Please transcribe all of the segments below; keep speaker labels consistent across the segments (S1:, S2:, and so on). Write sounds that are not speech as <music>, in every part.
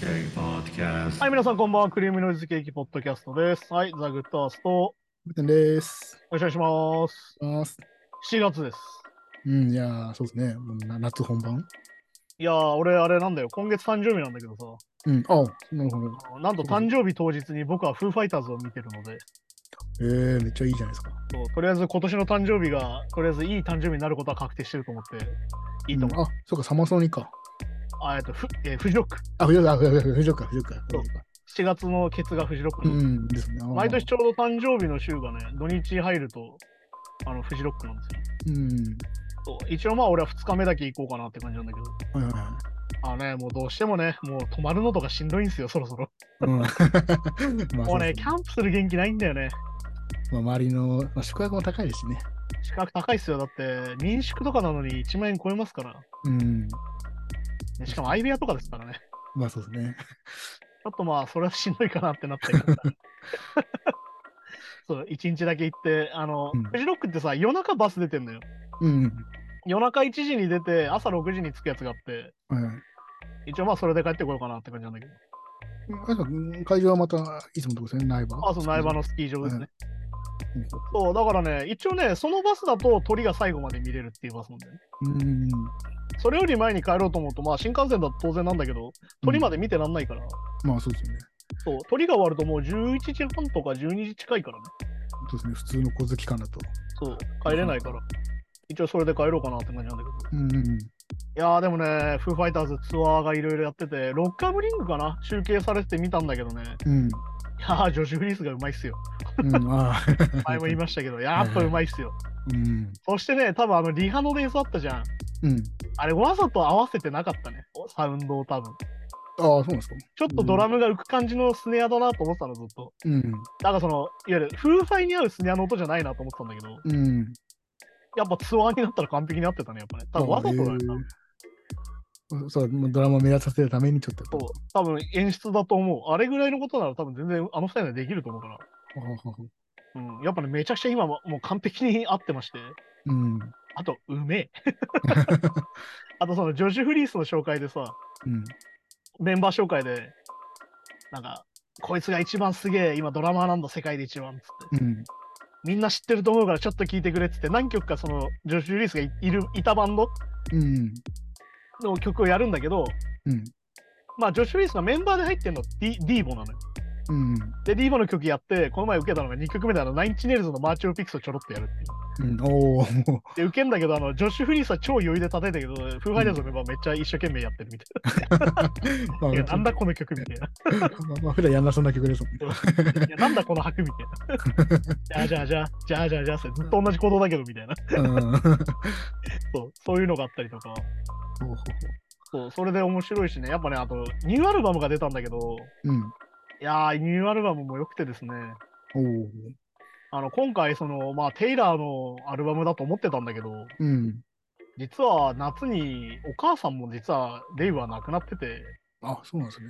S1: Cake Podcast.
S2: はい、皆さんこんばんは。クリームノイズケーキポッドキャストです。はい、ザ・グッドアースト、
S3: ブテンです。
S2: お願いします。
S3: お願いします。
S2: 7月です。
S3: うん、いやー、そうですね。もうな夏本番。
S2: いやー、俺、あれなんだよ。今月誕生日なんだけどさ、
S3: うん、あなるほど。
S2: あのなんと誕生日当日に僕はフーファイターズを見てるので、
S3: えー、めっちゃいいじゃないですか。
S2: そうとりあえず今年の誕生日が、とりあえずいい誕生日になることは確定してると思って、いいと思う。
S3: うんあ、そうか、サマソニか。
S2: あえっと、ふえーフジロック。
S3: あ、藤岡、藤岡、藤岡、藤岡。藤岡
S2: 7月のケツがフジロック
S3: う
S2: の。
S3: ん、ですね。あー
S2: 毎年。ちょうど誕生日の週がね、土日入ると、あの、フジロックなんですよ。
S3: うん。
S2: そう一応まあ俺は2日目だけ行こうかなって感じなんだけど。
S3: はいはいは
S2: あのね、もうどうしてもね、もう泊まるのとかしんどいんすよ、そろそろ。
S3: い。うん。ま <laughs> あ
S2: もうね、キ
S3: そう
S2: ャンプする元気ないんだよね。
S3: そうまあ、周りの、まあ、宿泊も高いですしね。
S2: 資格高いっすよ。だって、民宿とかなのに1万円超えますから。
S3: うん。
S2: ねしかも相部屋とかですからね。
S3: まあそうですね。
S2: ちょっとまあ、それはしんどいかなってな <laughs> ってる。そう、1日だけ行って、あの、
S3: うん
S2: フジロックってさ、夜中バス出てんのよ。
S3: うん。
S2: 夜中1時に出て、朝6時に着くやつがあって、
S3: はいはい。
S2: 一応まあ、それで帰ってこようかなって感じなんだけど。
S3: あれですか会場はまたいつものとこですね、苗場。
S2: あ、そう、苗場のスキー場ですね。
S3: うん。
S2: そう、だからね、一応ね、そのバスだと鳥が最後まで見れるっていうバスなんだよね。
S3: うん。
S2: それより前に帰ろうと思うと、まあ新幹線だと当然なんだけど、鳥まで見てらんないから、
S3: まあそうですよね。
S2: そう、鳥が終わるともう11時半とか12時近いからね、
S3: そうですね。普通の小月間だと。
S2: そう、帰れないから、一応それで帰ろうかなって感じなんだけど。
S3: うんうんうん。
S2: いやーでもね、フーファイターズツアーがいろいろやってて、ロッカーブリングかな集計されてて見たんだけどね、
S3: う
S2: い
S3: ん。
S2: やー、ジョシュ・フリースがうまいっすよ。
S3: うん、ああ。
S2: 前も言いましたけど、やっぱうまいっすよ。
S3: うん。
S2: そしてね、多分あの、リハのベースあったじゃん。
S3: うん。
S2: あれ、わざと合わせてなかったね、サウンドを多分。
S3: ああ、そうなんですか。
S2: ちょっとドラムが浮く感じのスネアだなと思ってたの、ずっと。
S3: うん。
S2: なんかその、いわゆる、風采に合うスネアの音じゃないなと思ってたんだけど、
S3: うん。
S2: やっぱツアーになったら完璧になってたね、やっぱね。多分わざとだよ、多分
S3: えーそう、もうドラマ目立たせるためにちょっと。
S2: そう多分演出だと思う。あれぐらいのことなら多分全然あの二人はできると思うから。
S3: はははは
S2: うん。やっぱね、めちゃくちゃ今ももう完璧に合ってまして。
S3: うん。
S2: あと、うめえ。あとその、ジョジュ・フリースの紹介でさ、
S3: うん。
S2: メンバー紹介で、なんか、こいつが一番すげえ、今ドラマーなんだ、世界で一番、つって。
S3: うん。
S2: みんな知ってると思うからちょっと聞いてくれっつって、何曲かその、ジョジュ・フリースがいいる、いたバンド
S3: うん。
S2: の曲をやるんだけど、
S3: うん。
S2: まあ、ジョシュ・フリースがメンバーで入ってるのディディーボなのよ。
S3: うん。
S2: で、ディーボの曲やって、この前受けたのが2曲目であの、ナインチネイルズのマーチオブピクスをちょろっとやるっていう。
S3: うん。おお。
S2: で、受けんだけど、あの、ジョシュ・フリースは超余裕で叩いたけど、フーファイターズのメンバーめっちゃ一生懸命やってるみたい
S3: まあ
S2: な。いや、なんだこの曲みたいな。
S3: まあ、普段やんなそうな曲ですもんね。
S2: いや、なんだこの拍みたいな。じゃあじゃあじゃあ、じゃあじゃあじゃあってずっと同じ行動だけどみたいな。
S3: うん。ほうほ
S2: そう、そういうのがあったりとか。
S3: うほう
S2: そう、それで面白いしね。やっぱね、あと、ニューアルバムが出たんだけど、
S3: うん。
S2: いやー、ニューアルバムも良くてですね。
S3: おお。
S2: あの、今回、その、まあ、テイラーのアルバムだと思ってたんだけど、
S3: うん。
S2: 実は夏にお母さんも実はデイブは亡くなってて
S3: あ、そうなんです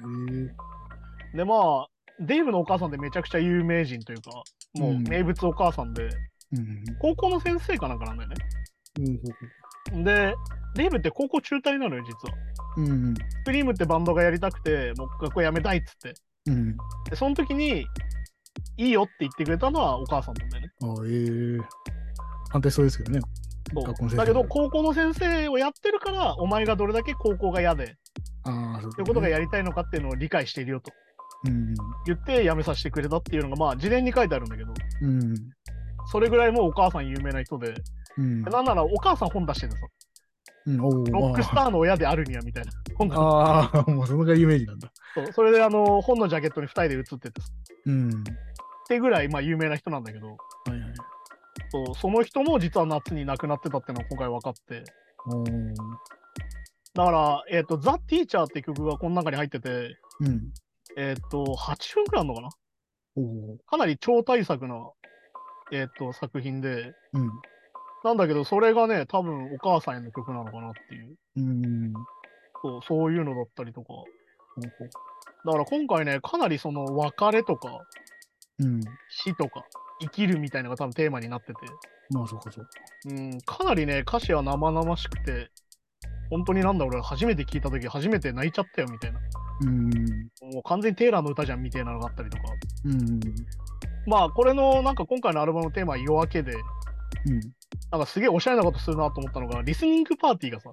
S3: ね。
S2: でまあデイブのお母さんってめちゃくちゃ有名人というかもう
S3: うん
S2: 名物お母さんで、
S3: えー。うん。
S2: 高校の先生かなんかなんだよね
S3: ほう
S2: でデイブって高校中退なのよ実は
S3: ほう。うん。
S2: スクリームってバンドがやりたくてもう学校辞めたいっつって
S3: うん。
S2: でその時にいいよって言ってくれたのはお母さんなんだよね
S3: ああ、ええー。反対そうですけどね。
S2: そう
S3: 学校の先生
S2: だけど高校の先生をやってるからお前がどれだけ高校が嫌で
S3: ああ、そう
S2: ということがやりたいのかっていうのを理解しているよと
S3: うん。
S2: 言って辞めさせてくれたっていうのがまあ事前に書いてあるんだけど
S3: うん。
S2: それぐらいもうお母さん有名な人で、
S3: うん。
S2: なんならお母さん本出してるんですよ。
S3: うん、おー
S2: ロックスターの親であるにはみたいな本が。
S3: あーあー、もうそのぐらい有名人なんだ。
S2: そうそれであの本のジャケットに2人で写ってて、っ
S3: うん。
S2: てぐらいまあ有名な人なんだけど、
S3: はいはい。
S2: そうその人も実は夏に亡くなってたっていうのが今回分かって、
S3: おー
S2: だから、えっ、と、ザ・ティーチャーって曲がこの中に入ってて、
S3: うん。
S2: えっ、と、8分くらいあるのかな
S3: おお。
S2: かなり超大作な、えっ、と、作品で、
S3: うん。
S2: なんだけど、それがね、多分お母さんへの曲なのかなっていう、
S3: うん。
S2: そうそういうのだったりとか、だから今回ね、かなりその別れとか、
S3: うん。
S2: 死とか生きるみたいなのが多分テーマになってて、
S3: まあ、そうかそう。
S2: うん、かなりね歌詞は生々しくて本当になんだ俺初めて聞いた時初めて泣いちゃったよみたいな
S3: うん。
S2: もう完全にテイラーの歌じゃんみたいなのがあったりとか。
S3: うん。
S2: まあ、これの、なんか今回のアルバムのテーマは夜明けで、
S3: うん。
S2: なんかすげえおしゃれなことするなと思ったのが、リスニングパーティーがさ、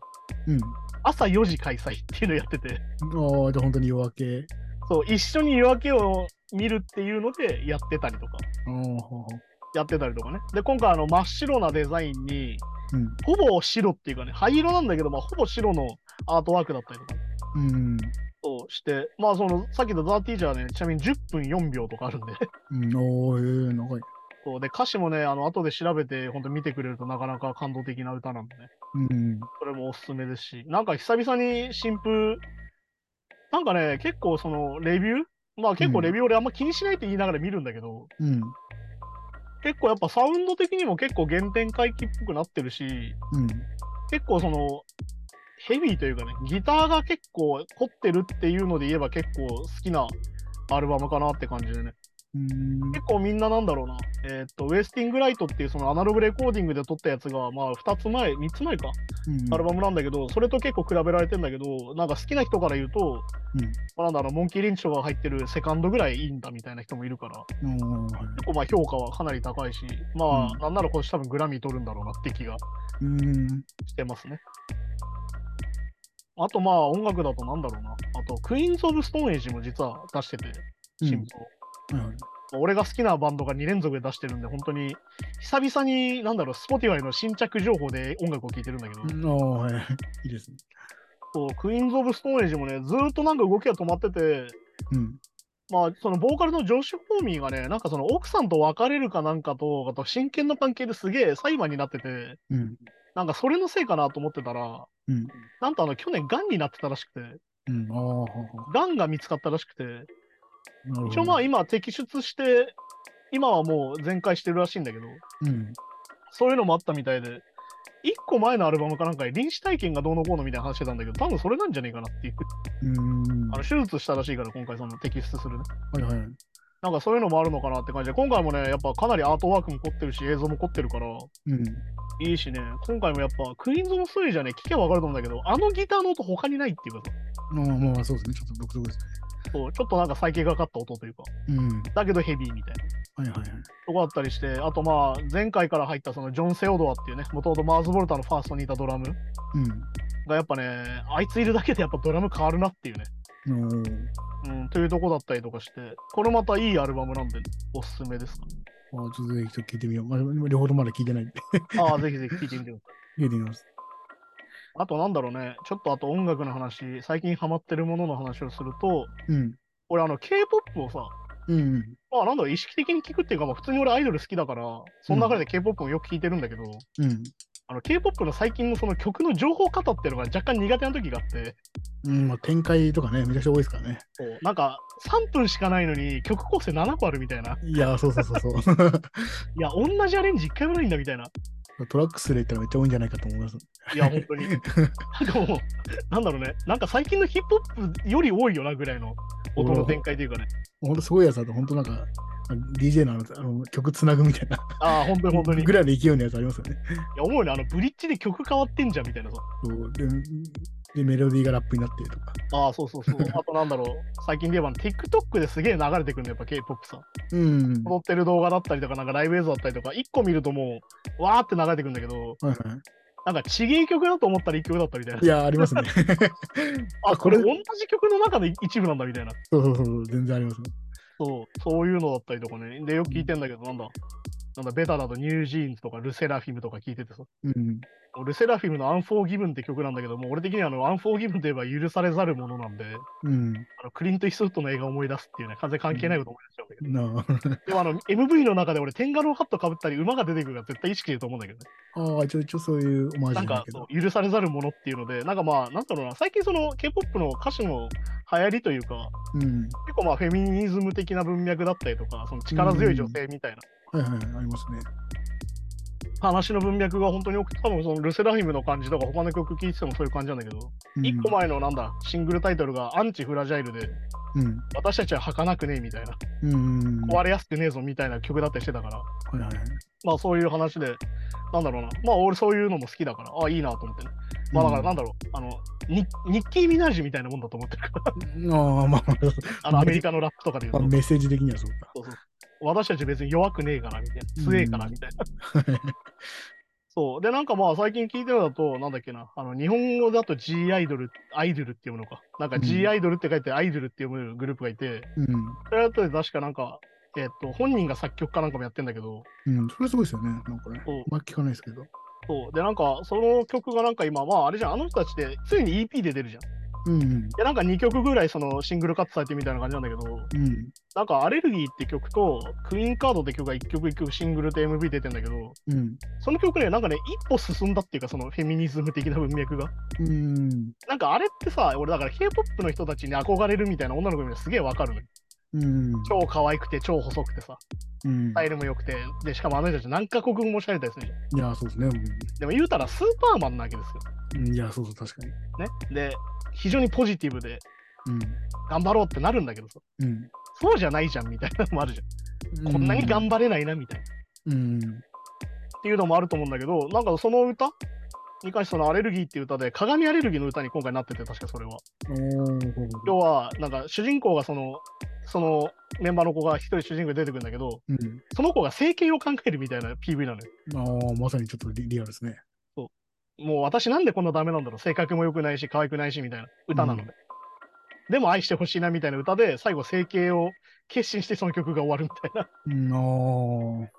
S3: うん。
S2: 朝4時開催っていうのやってて、
S3: ああ、じゃあ本当に夜明け。
S2: そう、一緒に夜明けを見るっていうのでやってたりとか、
S3: ああ、は
S2: やってたりとかね。で、今回あの真っ白なデザインに、
S3: うん
S2: ほぼ白っていうかね、灰色なんだけど、まあ、ほぼ白のアートワークだったりとか、
S3: うん。
S2: そうして、まあその、さっきのザ・ティーチャーね、ちなみに10分4秒とかあるんで、 <laughs>
S3: うん。おお、ええ長い。
S2: そうで、歌詞もね、あの後で調べて、本当見てくれるとなかなか感動的な歌なんでね、
S3: うん。
S2: それもおすすめですし、なんか久々に新風、なんかね、結構その、レビューまあ結構レビュー俺あんま気にしないって言いながら見るんだけど、
S3: うん。
S2: 結構やっぱサウンド的にも結構原点回帰っぽくなってるし、
S3: うん。
S2: 結構そのヘビーというかねギターが結構凝ってるっていうので言えば結構好きなアルバムかなって感じでね
S3: うん。
S2: 結構みんななんだろうなえーっとウェスティングライトっていうそのアナログレコーディングで撮ったやつがまあ2つ前3つ前か
S3: うん
S2: アルバムなんだけどそれと結構比べられてんだけどなんか好きな人から言うと、
S3: うん
S2: まあなんだろうモンキーリンチとかが入ってるセカンドぐらいいいんだみたいな人もいるから
S3: ああはい
S2: 結構まあ評価はかなり高いしまあ、
S3: うん
S2: なんならこれ多分グラミー取るんだろうなって気が
S3: うん。
S2: してますね。あとまあ音楽だとなんだろうな。あとクイーンズ・オブ・ストーン・エイジも実は出してて、
S3: うん
S2: 新譜を
S3: はいはい
S2: まあ俺が好きなバンドが2連続で出してるんで、本当に久々になんだろう、Spotify の新着情報で音楽を聴いてるんだけど、
S3: うんああ、はい。いいですね。
S2: そうクイーンズ・オブ・ストーン・エイジもね、ずーっとなんか動きが止まってて、
S3: うん。
S2: まあそのボーカルのジョシュ・ホーミーがね、なんかその奥さんと別れるかなんかと、あと真剣な関係ですげえ裁判になってて、
S3: うん。
S2: なんかそれのせいかなと思ってたら、
S3: うん。
S2: なんとあの去年癌になってたらしくて、
S3: うん。ああ、はは。
S2: がんが見つかったらしくて、
S3: なるほど。
S2: 一応まあ今摘出して、今はもう全開してるらしいんだけど、
S3: うん。
S2: そういうのもあったみたいで、一個前のアルバムかなんかに臨死体験がどうのこうのみたいな話してたんだけど、多分それなんじゃねえかなっていう。
S3: うん。
S2: あの
S3: は
S2: 手術したらしいから、今回その摘出するね。
S3: いはい。
S2: なんかそういうのもあるのかなって感じで、今回もね、やっぱかなりアートワークも凝ってるし、映像も凝ってるから、
S3: うん。
S2: いいしね、今回もやっぱクイーンズのストーリーじゃね、聞けばわかると思うんだけど、あのギターの音他にないっていうか
S3: ああ、まあそうですね。ちょっと独特ですね。
S2: さ、そうちょっとなんか再起がかった音というか、
S3: うん。
S2: だけどヘビーみたいな。
S3: はいはいはい。
S2: とこだったりして、あとまあ前回から入ったそのジョン・セオドアっていうね、もともとマーズ・ボルタのファーストにいたドラムがやっぱね、あいついるだけでやっぱドラム変わるなっていうね、
S3: うん。おー
S2: うん、というとこだったりとかして、これまたいいアルバムなんでおすすめですかね。
S3: あーちょっとぜひ聞いてみよう。まあ、両方ともまだ聞いてないんで。 <laughs>
S2: ああ、 <laughs> ぜひぜひ聴いてみてください。
S3: 聞いてみます。
S2: あとなんだろうね、ちょっとあと音楽の話、最近ハマってるものの話をすると、
S3: うん。
S2: 俺あの K-POP をさ、
S3: うん。
S2: まあなんだろう、意識的に聞くっていうか、まあ普通に俺アイドル好きだから、その中で K-POP をよく聞いてるんだけど、
S3: うん。
S2: あの K-POP の最近のその曲の情報方っていうのが若干苦手な時があって、
S3: うん。まあ、展開とかね、めちゃくちゃ多いですからね。
S2: そうなんか3分しかないのに曲構成7個あるみたいな。
S3: いやー、そうそうそうそう。 <laughs>
S2: いや、同じアレンジ1回もないんだみたいな。
S3: トラックスで言ったらめっちゃ多いんじゃないかと思います。
S2: いや、本当 <laughs> に。なんかもう、なんだろうね。なんか最近のヒップホップより多いよなぐらいの音の展開というかね。
S3: ほんとすごいやつだと、本当なんか、DJ のあのあの曲つなぐみたいな、
S2: あ <laughs> あ、本当に本当に。い
S3: ぐらいの勢いのやつありますよね。
S2: や、思うよね。あの、ブリッジで曲変わってんじゃんみたいなさ。
S3: そうでで、メロディーがラップになってとか。
S2: ああ、そうそうそう。あとなんだろう。最近で言えば、TikTok ですげえ流れてくるの、やっぱ K-POP さ。
S3: うん。は
S2: 踊ってる動画だったりとか、なんかライブ映像だったりとか、1個見るともう、わーって流れてくるんだけど、
S3: いは。
S2: なんかちげえ曲だと思ったら1曲だったみたいない
S3: い。やー、ありますね。
S2: <laughs> あ、これ
S3: こ
S2: 同じ曲の中の一部なんだみたいな。
S3: そうそうそう、全然ありますね。
S2: そう、そういうのだったりとかね。で、よく聞いてんだけど、なんだ、なんだ、ベタだとニュージーンズとかルセラフィムとか聞いててさ。
S3: うん。
S2: ルセラフィムのアンフォーギブンって曲なんだけども、俺的にはあの、アンフォーギブンといえば許されざるものなんで、
S3: うん。
S2: あのクリント・イーストウッドの映画を思い出すっていうね、完全に関係ないこと思い出しちゃうんだけど。
S3: なあ。
S2: でもあの、MV の中で俺、テンガロンハットかぶったり、馬が出てくるから絶対意識してると思うんだけどね。
S3: ああ、ちょいちょいそういうオマージ
S2: な
S3: ュ
S2: ん
S3: だ
S2: か
S3: けど
S2: そ。う、許されざるものっていうので、なんかまあ、なんだろうな、最近その K-POP の歌詞の流行りというか、
S3: うん。
S2: 結構まあフェミニズム的な文脈だったりとか、その力強い女性みたいな
S3: はいはいはい、ありますね。
S2: 話の文脈が本当に多くて、多分そのルセラフィムの感じとか他の曲聴いててもそういう感じなんだけど、
S3: うん、
S2: 一個前のなんだ、シングルタイトルがアンチフラジャイルで、
S3: うん。
S2: 私たちは儚くねえみたいな、
S3: うん。
S2: 壊れやすくねえぞみたいな曲だったりしてたから、
S3: はいはいはい。
S2: まあそういう話で、なんだろうな、まあ俺そういうのも好きだから、ああいいなと思ってね、まあだからなんだろう、あのニニッキー・ミナージュみたいなもんだと思ってるから
S3: ああ、まあ、
S2: あのアメリカのラップとかで
S3: まあ
S2: 言うと
S3: メッセージ的にはそうか。
S2: そうそう私たち別に弱くねえからみたいな強えからみたいな、そうでなんかまあ最近聞いてるのだとなんだっけなあの日本語だと G アイドルアイドルって読むのかなんか G
S3: うん
S2: アイドルって書いてアイドルって読むグループがいて、
S3: うん。
S2: それだと確かなんかえっと本人が作曲家なんかもやってんだけど
S3: うん。それすごいですよね。なんかね
S2: そう。
S3: まあ聞かないですけど。
S2: そうでなんかその曲がなんか今まああれじゃんあの人たちってついに EP で出るじゃん
S3: うんうん。
S2: でなんか2曲ぐらいそのシングルカットされてるみたいな感じなんだけど
S3: うん。
S2: なんか「アレルギー」って曲と「クイーンカード」って曲が1曲1曲シングルで MV 出てんだけど
S3: うん。
S2: その曲ねなんかね一歩進んだっていうかそのフェミニズム的な文脈が
S3: うん。
S2: なんかあれってさ俺だから K-POP の人たちに憧れるみたいな女の子にすげえわかるのよ
S3: うん。
S2: 超可愛くて超細くてさ
S3: うん
S2: スタイルも良くてでしかもあの人たち何カ国語もしゃれたりするじゃん
S3: いや、そうですね。
S2: でも言うたらスーパーマンなわけですよ
S3: うんいや、そうそう、確かに。
S2: ねで非常にポジティブで頑張ろうってなるんだけどさ
S3: うん。うん。
S2: そうじゃないじゃんみたいなのもあるじゃん、こんなに頑張れないなみたいな
S3: うん。
S2: っていうのもあると思うんだけど、なんかその歌に関してそのアレルギーっていう歌で、鏡アレルギーの歌に今回なってて、確かそれは。
S3: おー
S2: 要は、なんか主人公がその、そのメンバーの子が一人主人公で出てくるんだけど、
S3: うん。
S2: その子が整形を考えるみたいな PV なのよ。
S3: ああ、まさにちょっとリリアルですね。
S2: もう私なんでこんなダメなんだろう。性格も良くないし、可愛くないしみたいな歌なので。でも愛してほしいなみたいな歌で、最後整形を決心してその曲が終わるみたいな。 <laughs>
S3: うん、あ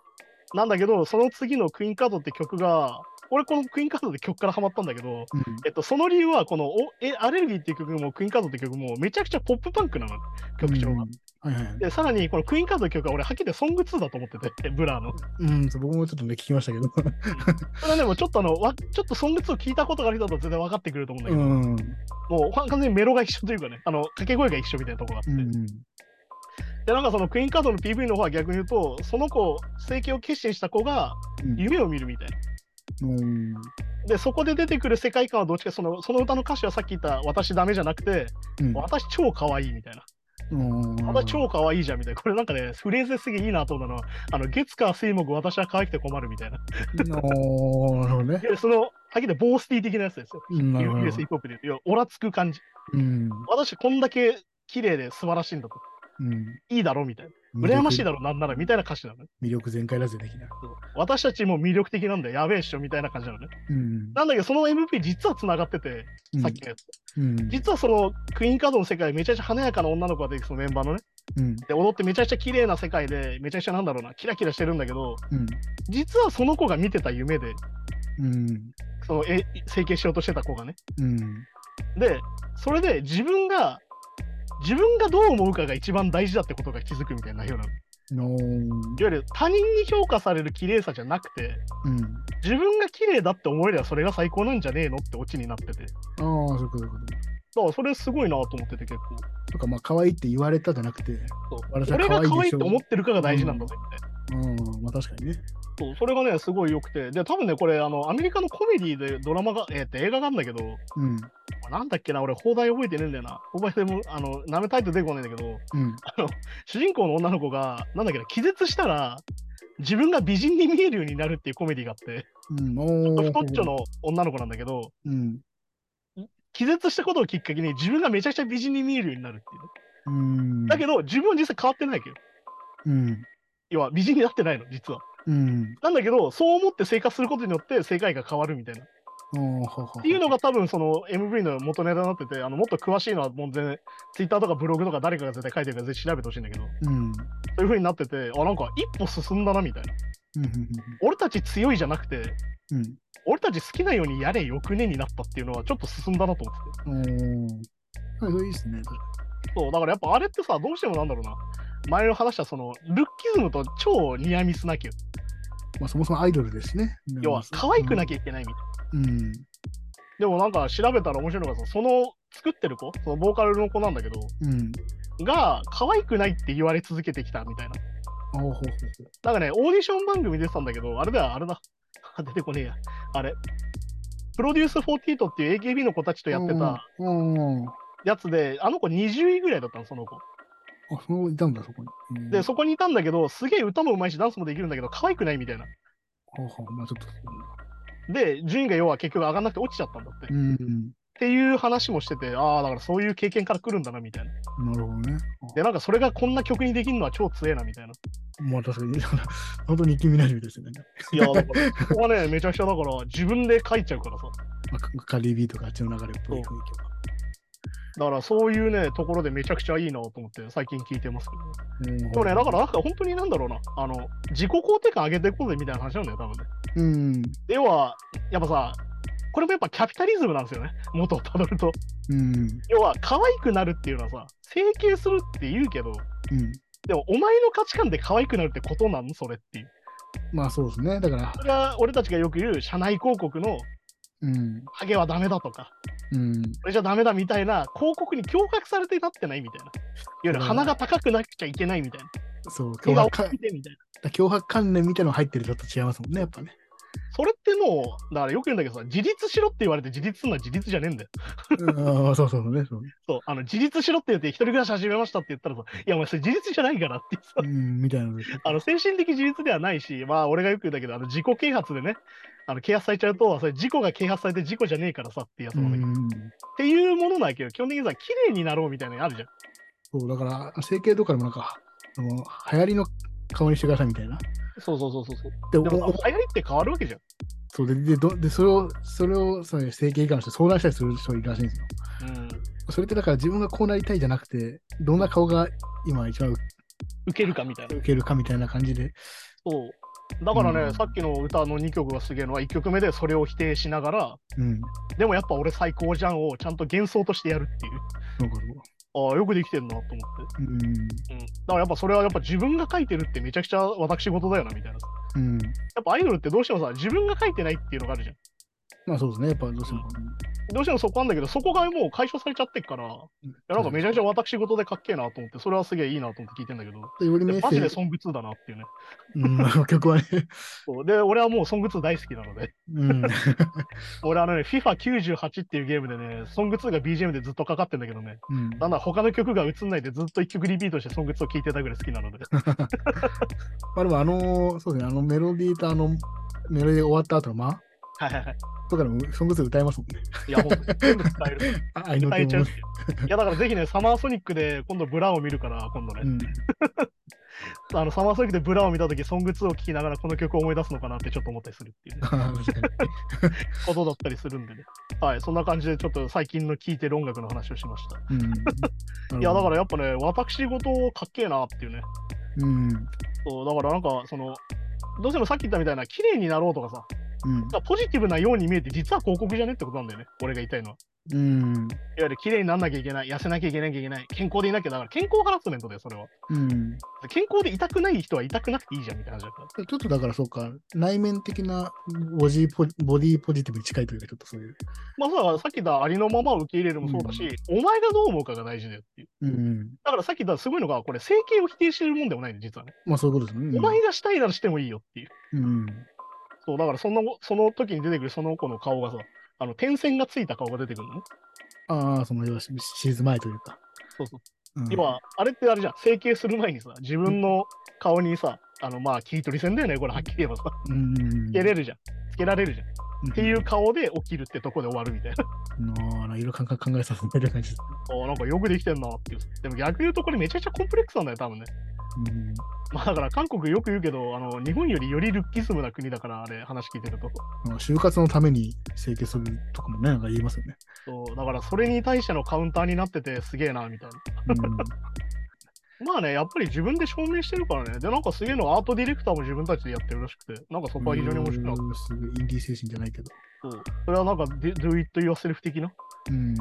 S2: なんだけど、その次のクイーンカードって曲が、俺このクイーンカードで曲からハマったんだけど、
S3: あ。
S2: えっと、その理由は、このおえアレルギーっていう曲も、クイーンカードっていう曲も、めちゃくちゃポップパンクなの、曲調が。
S3: うん。はいはい。
S2: で、さらに、このクイーンカードの曲は、俺、はっきり言ってソング2だと思ってて、ブラーの。
S3: うん、そう僕もちょっとね、聞きましたけど。
S2: それはでも、ちょっとあの、わちょっとソング2聞いたことがある人だと全然分かってくると思うんだ
S3: う
S2: けど、
S3: ん。うん。
S2: もう、完全にメロが一緒というかね、あの、掛け声が一緒みたいなとこがあって。
S3: うん
S2: で、なんかそのクイーンカードの PV の方は逆に言うと、その子、整形を決心した子が、夢を見るみたいな。
S3: うん。
S2: で、そこで出てくる世界観はどっちか、その、その歌の歌詞はさっき言った、私ダメじゃなくて、
S3: うん。
S2: 私超可愛いみたいな。
S3: うん。
S2: また超可愛いじゃんみたいな。これなんかね、フレーズすげえいいなと思うのは、あの、月火水木、私は可愛くて困るみたいな。 <laughs>
S3: なるほどね。
S2: で、その、はっきり言ってボースティー的なやつですよ。
S3: うんなるほ
S2: US ヒ
S3: ど
S2: ッ。プホップで言うと。要はオラつく感じ。
S3: うん。
S2: 私、こんだけ綺麗で素晴らしいんだと。
S3: うん。
S2: いいだろみたいな。羨ましい
S3: だ。
S2: だろなんならみたいな歌詞なのね。
S3: 魅力全開だぜ、的な。
S2: そう私たちも魅力的なんだよ。やべえっしょみたいな感じなのね。
S3: うん。
S2: なんだけど、その MVP 実は繋がってて、さっきのやつ。
S3: うん。うん。
S2: 実はそのクイーンカードの世界、めちゃくちゃ華やかな女の子が出てきて、そのメンバーのね。
S3: うん。
S2: で、踊ってめちゃくちゃ綺麗な世界で、めちゃくちゃなんだろうな、キラキラしてるんだけど、
S3: うん。
S2: 実はその子が見てた夢で、
S3: うん。
S2: そのえ整形しようとしてた子がね。
S3: うん。
S2: で、それで自分が、自分がどう思うかが一番大事だってことが気づくみたいな内容なの。いわ
S3: の
S2: ゆる他人に評価される綺麗さじゃなくて、
S3: うん。
S2: 自分が綺麗だって思えればそれが最高なんじゃねえのってオチになってて。だか
S3: ああ、そういうことそういうこと。
S2: らそれすごいなと思ってて結構。
S3: とか、まあ、可愛いって言われたじゃなくて、
S2: そう
S3: 私は
S2: 俺
S3: 可
S2: が
S3: 愛いでしょ
S2: 可愛いと思ってるかが大事なんだぜみたいな。
S3: うん、まあ確かにね。
S2: そうそれがね、すごい良くて。で、多分ね、これ、あの、アメリカのコメディでドラマが、えーって映画があるんだけど、
S3: うん。
S2: なんだっけな、俺、放題覚えてねえんだよな。放題でも、あの、名前タイトル出てこないんだけど、
S3: うん。
S2: 主人公の女の子が、なんだっけな、気絶したら、自分が美人に見えるようになるっていうコメディがあって、
S3: うん。お
S2: ちょっと
S3: ー
S2: 太っちょ。の女の子なんだけど、
S3: うん。
S2: 気絶したことをきっかけに自分がめちゃくちゃ美人に見えるようになるっていうね。
S3: うん。
S2: だけど、自分は実際変わってないわけど、
S3: うん。
S2: 要は美人になってないの、実は。
S3: うん。
S2: なんだけど、そう思って生活することによって世界が変わるみたいな。っ
S3: ああ、はは。って
S2: いうのが多分その MV の元ネタになってて、あのもっと詳しいのはもう全然 Twitter とかブログとか誰かが絶対書いてるからぜひ調べてほしいんだけど、そ
S3: うん。
S2: ういう風になってて、あ、なんか一歩進んだなみたいな。
S3: うん。
S2: 俺たち強いじゃなくて、
S3: うん。
S2: 俺たち好きなようにやれよくねになったっていうのはちょっと進んだなと思ってて
S3: うん。おー。はい、それいいっすね。確か
S2: そうだからやっぱあれってさどうしてもなんだろうな前の話したそのルッキズムと超ニアミスなきゃ
S3: にまあそもそもアイドルですしね。
S2: 要は可愛くな
S3: き
S2: きゃいけないみたいな、
S3: ゃ。うん。
S2: でもなんか調べたら面白いのがさその作ってる子そのボーカルの子なんだけど
S3: うん。
S2: が可愛くないって言われ続けてきたみたいな
S3: ああ、ほうほう
S2: なんかねオーディション番組出てたんだけどあれだあれだ <laughs> 出てこねえやあれプロデュース48っていう AKB の子たちとやってた
S3: ほう。うん。あ、
S2: やつで、あの子20位ぐらいだったのその子
S3: そのいたんだ、そこに。うん
S2: で、そこにいたんだけど、すげえ歌もうまいし、ダンスもできるんだけど、可愛くないみたいな。
S3: ほうほう、まあちょっと。
S2: で、順位が要は結局上がんなくて落ちちゃったんだって。
S3: う
S2: っ
S3: ん。
S2: ていう話もしてて、ああ、だからそういう経験から来るんだな、みたいな。
S3: なるほどね。
S2: で、なんかそれがこんな曲にできるのは超強えな、みたいな。
S3: まあ確かに、本当に気味なじみですよね。
S2: いや、だから、そ <laughs> こはね、めちゃくちゃだから、自分で書いちゃうからさ。
S3: まあ、カリビーとかあっちの流れっぽい雰囲気は。
S2: だから、そういうね、ところでめちゃくちゃいいなと思って、最近聞いてますけど。
S3: うん
S2: でもね、だから、なんか本当になんだろうな、あの、自己肯定感上げていこうぜみたいな話なんだよ、多分ね。
S3: うん。
S2: 要は、やっぱさ、これもやっぱキャピタリズムなんですよね、元をたどると。
S3: うん。
S2: 要は、可愛くなるっていうのはさ、整形するって言うけど、
S3: うん。
S2: でも、お前の価値観で可愛くなるってことなのそれっていう。
S3: まあそうですね。だから、
S2: それが、俺たちがよく言う、社内広告の、
S3: うん。
S2: ハゲはダメだとか、
S3: うん。
S2: それじゃダメだみたいな、広告に脅迫されてなってないみたいな。いわゆる
S3: うん
S2: 鼻が高くなくちゃいけないみたいな。
S3: そう、
S2: 手
S3: 脅
S2: が
S3: 迫
S2: 大
S3: か
S2: きくてみたいな。
S3: 脅迫観念みたいなの入ってるとちょっと違いますもんね、やっぱね。
S2: それってもう、だからよく言うんだけどさ、自立しろって言われて自立するのは自立じゃねえんだよ。
S3: うん、そうそうそうね。そう
S2: そう、あの、自立しろって言って、一人暮らし始めましたって言ったらさ、いや、お前、それ自立じゃないからってさ
S3: う、ん、みたいなので。
S2: あの、精神的自立ではないし、まあ、俺がよく言うんだけど、あの、自己啓発でね、あの、啓発されちゃうと、それ、自己が啓発されて自己じゃねえからさっていうやつ
S3: う
S2: なんだけど、っ
S3: ん。
S2: ていうものなんだけど、基本的にさ、綺麗になろうみたいなのあるじゃん。
S3: そう、だから、整形とかでもなんか、あの流行りの顔にしてくださいみたいな。
S2: そうそうそうそうそう。
S3: で、
S2: でも
S3: お
S2: さ、流行りって変わるわけじゃん。
S3: そうででどでそれを、それをその整形外科の人に相談したりする人がいるらしいんですよ。
S2: うん。
S3: それってだから自分がこうなりたいじゃなくて、どんな顔が今一番受
S2: 受けるかみたいな。
S3: けるかみたいな感じで、
S2: そう。だからね、
S3: うん
S2: さっきの歌の2曲がすげえのは、1曲目でそれを否定しながら、
S3: うん、
S2: でもやっぱ俺最高じゃんをちゃんと幻想としてやるっていう。
S3: なんかこ
S2: ああ、よくできてんなと思って。
S3: う、うん、
S2: うん、だからやっぱそれはやっぱ自分が書いてるってめちゃくちゃ私事だよなみたいな。
S3: うん、
S2: やっぱアイドルってどうしてもさ、自分が書いてないっていうのがあるじゃん。
S3: まあそうですね、やっぱどうしても。
S2: どうしてもそこあんだけど、そこがもう解消されちゃってっから、いやなんかめちゃくちゃ私事でかっけえなと思って、それはすげえいいなと思って聞いてんだけど、
S3: ゃ、よりメ
S2: でマ
S3: ッセ
S2: ジで
S3: ージ、
S2: ソング2だなっていうね。
S3: うん、曲はね、
S2: そうで、俺はもうソング2大好きなので、
S3: うん、
S2: 俺あのね、FIFA98 っていうゲームでね、ソング2が BGM でずっとかかってんだけどね、
S3: うん、
S2: なんだ他の曲が映んないでずっと1曲リピートしてソング2を聴いてたぐらい好きなので。
S3: まあでもあの、そうですね、あのメロディーとあの、メロディー終わった後の間
S2: はいはいはい。
S3: とかでも、そのずつ歌えますもんね。
S2: いや、もう全部伝
S3: <laughs>
S2: える。
S3: あ愛の
S2: 歌えち
S3: 手
S2: ゃう
S3: も
S2: っ。ていういやだからぜひね、サマーソニックで今度ブラを見るから、今度ね、
S3: うん、
S2: あのサマーソニックでブラを見たとき、ソング2を聴きながらこの曲を思い出すのかなってちょっと思ったりするっていう、ね、
S3: あー確かに
S2: ことだったりするんでね。はい、そんな感じでちょっと最近の聴いてる音楽の話をしました。
S3: うん、、
S2: いや、だかららやっぱね、私事をかっけえなっていうね。
S3: うん、うん、
S2: そうだからなんか、その、どうしてもさっき言ったみたいな、綺麗になろうとかさ、なんかポジティブなように見えて、実は広告じゃねってことなんだよね、俺が言いたいのは。
S3: うん、
S2: いわゆる綺麗にならなきゃいけない、痩せなきゃいけなきゃいけない、健康でいなきゃだから、健康ハラスメントだよ、それは。
S3: うん。
S2: 健康で痛くない人は痛くなくていいじゃんみたいな話だから。
S3: ちょっとだからそうか、内面的なボジポボディポジティブに近いというか、ちょっとそういう。
S2: まあそうだからさっき言ったありのままを受け入れるもそうだし、お前がどう思うかが大事だよっていう。
S3: うん。
S2: だからさっき言ったすごいのが、これ整形を否定してるもんでもないんで、実はね。
S3: まあそういうことですよね。
S2: お前がしたいならしてもいいよっていう。
S3: うん。
S2: そう、だからそのその時に出てくるその子の顔がさ、あの点線がついた顔が出てくるのね。
S3: ああ、その要はシシーズン前というか。
S2: そうそう。
S3: うん
S2: 今、あれってあれじゃん、整形する前にさ、自分の顔にさ、あのまあ切り取り線だよね、これはっきり言えばさ、
S3: うん、
S2: つけれるじゃん。つけられるじゃん。っ
S3: って
S2: いう。顔で起きるってとこで終わるみたいな。
S3: ああ、いろいろ考え考えさせてる感じです。
S2: ああなんかよくできてんなっていう。でも逆に言うとこれめちゃくちゃコンプレックスなんだよ、多分ね。
S3: うん。
S2: まあだから韓国よく言うけど、あの日本よりよりルッキズムな国だから、あれ話聞いてると。
S3: まあ就活のために整形するとかもね、なんか言います <laughs> よね。
S2: そうだからそれに対してのカウンターになっててすげえな、みたいな。まあね、やっぱり自分で証明してるからね。で、なんかすげえのはアートディレクターも自分たちでやってるらしくて、なんかそこは非常に面白いな。
S3: うんすごいインディー精神じゃないけど。
S2: そうそれはなんか Do Do It Yourself 的な。
S3: うん。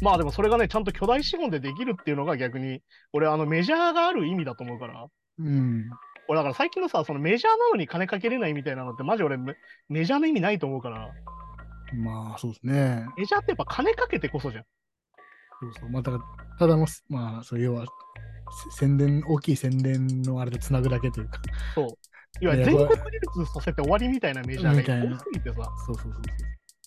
S2: まあでもそれがね、ちゃんと巨大資本でできるっていうのが逆に、俺あのメジャーがある意味だと思うから。
S3: うん。
S2: 俺だから最近のさ、そのメジャーなのに金かけれないみたいなのって、マジ俺メメジャーの意味ないと思うから、
S3: まあそうですね。
S2: メジャーってやっぱ金かけてこそじゃん。
S3: そうそう、まあ、だからただの、まあ、そう要は、せ宣伝、大きい宣伝のあれでつなぐだけというか、
S2: いわゆる
S3: いや
S2: 全
S3: こ
S2: 国
S3: れ
S2: 流通させて終わりみたいなメジャ
S3: み
S2: ー
S3: たい
S2: が
S3: な
S2: 多すぎてさ、だか
S3: そうそうそう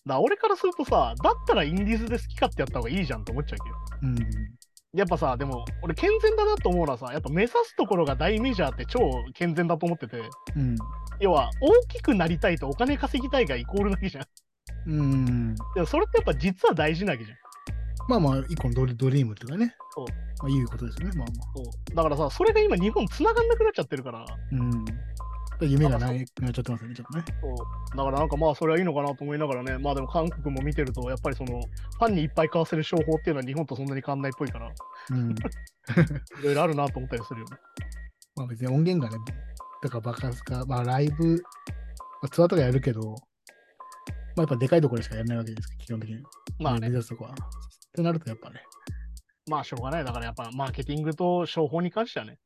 S2: ら俺からするとさ、だったらインディーズで好き勝手やった方がいいじゃんと思っちゃうけど。
S3: そう。うん。
S2: やっぱさ、でも、俺健全だなと思うのはさ、やっぱ目指すところが大メジャーって超健全だと思ってて、
S3: うん。
S2: 要は、大きくなりたいとお金稼ぎたいがイコールなわけじゃん。
S3: うん。
S2: でもそれってやっぱ実は大事なわけじゃん。
S3: まあまあ、一個のドリドリームというかね。
S2: そう
S3: まあ、いうことですよね。まあまあ。
S2: そうだからさ、それが今日本繋がんなくなっちゃってるから、
S3: うん。やっぱり夢がないくなっちゃってますよね、ちょっとね。
S2: そうだからなんかまあそれはいいのかなと思いながらね、まあでも韓国も見てると、やっぱりその、ファンにいっぱい買わせる商法っていうのは日本とそんなに変わんないっぽいから、
S3: うん。
S2: いろいろあるなと思ったりするよね。
S3: まあ別に音源がね、とか爆発か、まあライブ、まあ、ツアーとかやるけど、まあやっぱでかいところでしかやらないわけですけど、基本的に。
S2: まあ
S3: 目
S2: ね、
S3: 指すとこは。ってなるとやっぱね。
S2: まあしょうがない。だからやっぱマーケティングと商法に関してはね、